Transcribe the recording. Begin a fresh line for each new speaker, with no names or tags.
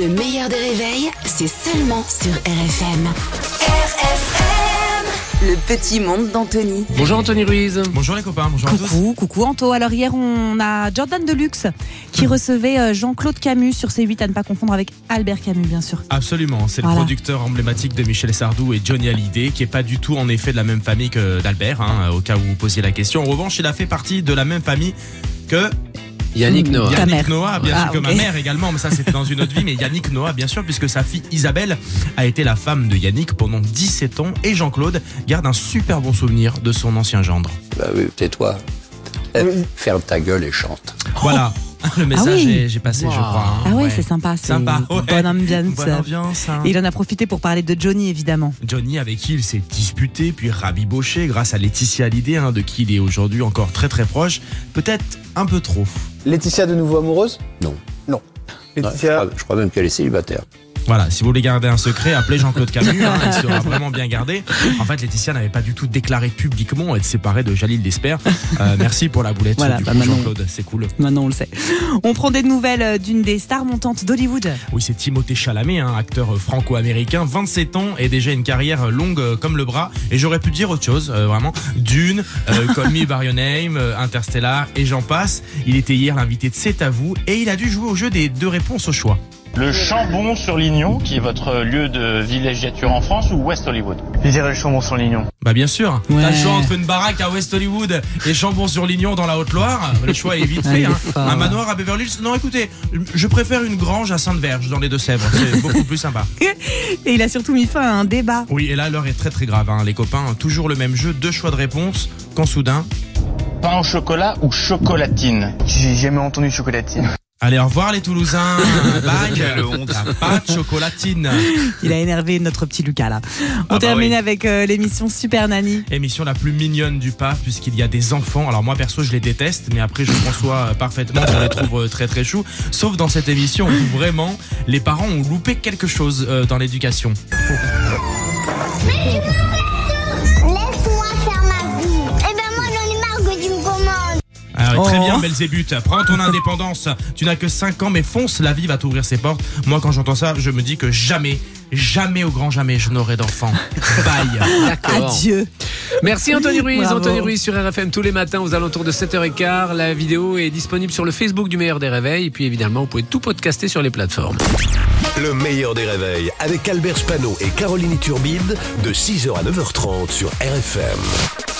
Le meilleur des réveils, c'est seulement sur RFM. RFM Le petit monde d'Anthony.
Bonjour Anthony Ruiz.
Bonjour les copains, bonjour à tous.
Coucou, coucou Anto. Alors hier, on a Jordan Deluxe qui recevait euh, Jean-Claude Camus sur C8, à ne pas confondre avec Albert Camus, bien sûr.
Absolument, c'est le
Voilà.
producteur emblématique de Michel Sardou et Johnny Hallyday, qui est pas du tout en effet de la même famille que d'Albert, hein, au cas où vous posiez la question. En revanche, il a fait partie de la même famille que
Yannick Noah.
Ta
Yannick
mère.
Noah, bien
Ah,
sûr que ma
ok.
mère également, mais ça c'était dans une autre vie, mais Yannick Noah, bien sûr, puisque sa fille Isabelle a été la femme de Yannick pendant 17 ans, et Jean-Claude garde un super bon souvenir de son ancien gendre.
Bah oui, tais-toi. Eh, Ferme ta gueule et chante.
Voilà, le message
Oh. Ah oui.
est- j'ai passé, je
Wow.
crois. hein.
Ah ouais,
Ouais.
c'est sympa. c'est
Sympa, ouais.
Bonne ambiance.
Bonne ambiance. hein.
Et il en a profité pour parler de Johnny, évidemment.
Johnny avec qui il s'est disputé puis rabiboché grâce à Laetitia Hallyday hein, de qui il est aujourd'hui encore très très proche, peut-être un peu trop.
Laetitia de nouveau amoureuse
Non.
Non.
Ouais, je,
Laetitia,
crois, je crois même qu'elle est célibataire.
Voilà, si vous voulez garder un secret, appelez Jean-Claude Camus, hein, il sera vraiment bien gardé. En fait, Laetitia n'avait pas du tout déclaré publiquement être séparée de Jalil Despert. Euh, merci pour la boulette
Voilà,
du
bah
coup,
maintenant-
Jean-Claude, c'est cool.
Maintenant, on le sait. On prend des nouvelles euh, d'une des stars montantes d'Hollywood.
Oui, c'est Timothée Chalamet, un acteur franco-américain, 27 ans et déjà une carrière longue euh, comme le bras. Et j'aurais pu dire autre chose, euh, vraiment. Dune, euh, Call Me By Your Name, euh, Interstellar et j'en passe. Il était hier l'invité de C'est à vous et il a dû jouer au jeu des deux réponses au choix.
Le Chambon sur Lignon, qui est votre lieu de villégiature en France, ou West Hollywood Je dirais le Chambon sur Lignon.
Bah bien sûr,
Ouais.
t'as le choix entre une baraque à West Hollywood et Chambon-sur-Lignon dans la Haute-Loire. Le choix est vite
Ah, il
fait.
est
hein.
fort.
Un manoir à Beverly Hills. Non, écoutez, je préfère une grange à Sainte-Verge dans les Deux-Sèvres. C'est beaucoup plus sympa.
Et il a surtout mis fin à un débat.
Oui, et là, l'heure est très très grave, hein, les copains. Toujours le même jeu, deux choix de réponse, quand soudain.
Pain au chocolat ou chocolatine J'ai jamais entendu chocolatine.
Allez, au revoir les Toulousains Bague T'as Pas de chocolatine
Il a énervé notre petit Lucas, là. On
bah
termine
oui.
avec euh, l'émission Super Nanny.
Émission la plus mignonne du PAF, puisqu'il y a des enfants. Alors, moi, perso, je les déteste, mais après, je conçois euh, parfaitement qu'on les trouve euh, très très choux. Sauf dans cette émission où vraiment, les parents ont loupé quelque chose euh, dans l'éducation.
Laisse-moi faire ma vie. Eh ben moi j'en ai marre que tu me commandes.
Ah oui, Très
Oh.
bien, Belzébuth, prends ton indépendance. Tu n'as que 5 ans, mais fonce, la vie va t'ouvrir ses portes. Moi, quand j'entends ça, je me dis que jamais, jamais au grand jamais, je n'aurai d'enfant. Bye.
D'accord.
Adieu.
Merci Anthony Ruiz.
Bravo.
Anthony Ruiz sur RFM tous les matins aux alentours de 7h15. La vidéo est disponible sur le Facebook du meilleur des réveils. Et puis évidemment, vous pouvez tout podcaster sur les plateformes.
Le meilleur des réveils avec Albert Spano et Caroline Turbide de 6h à 9h30 sur RFM.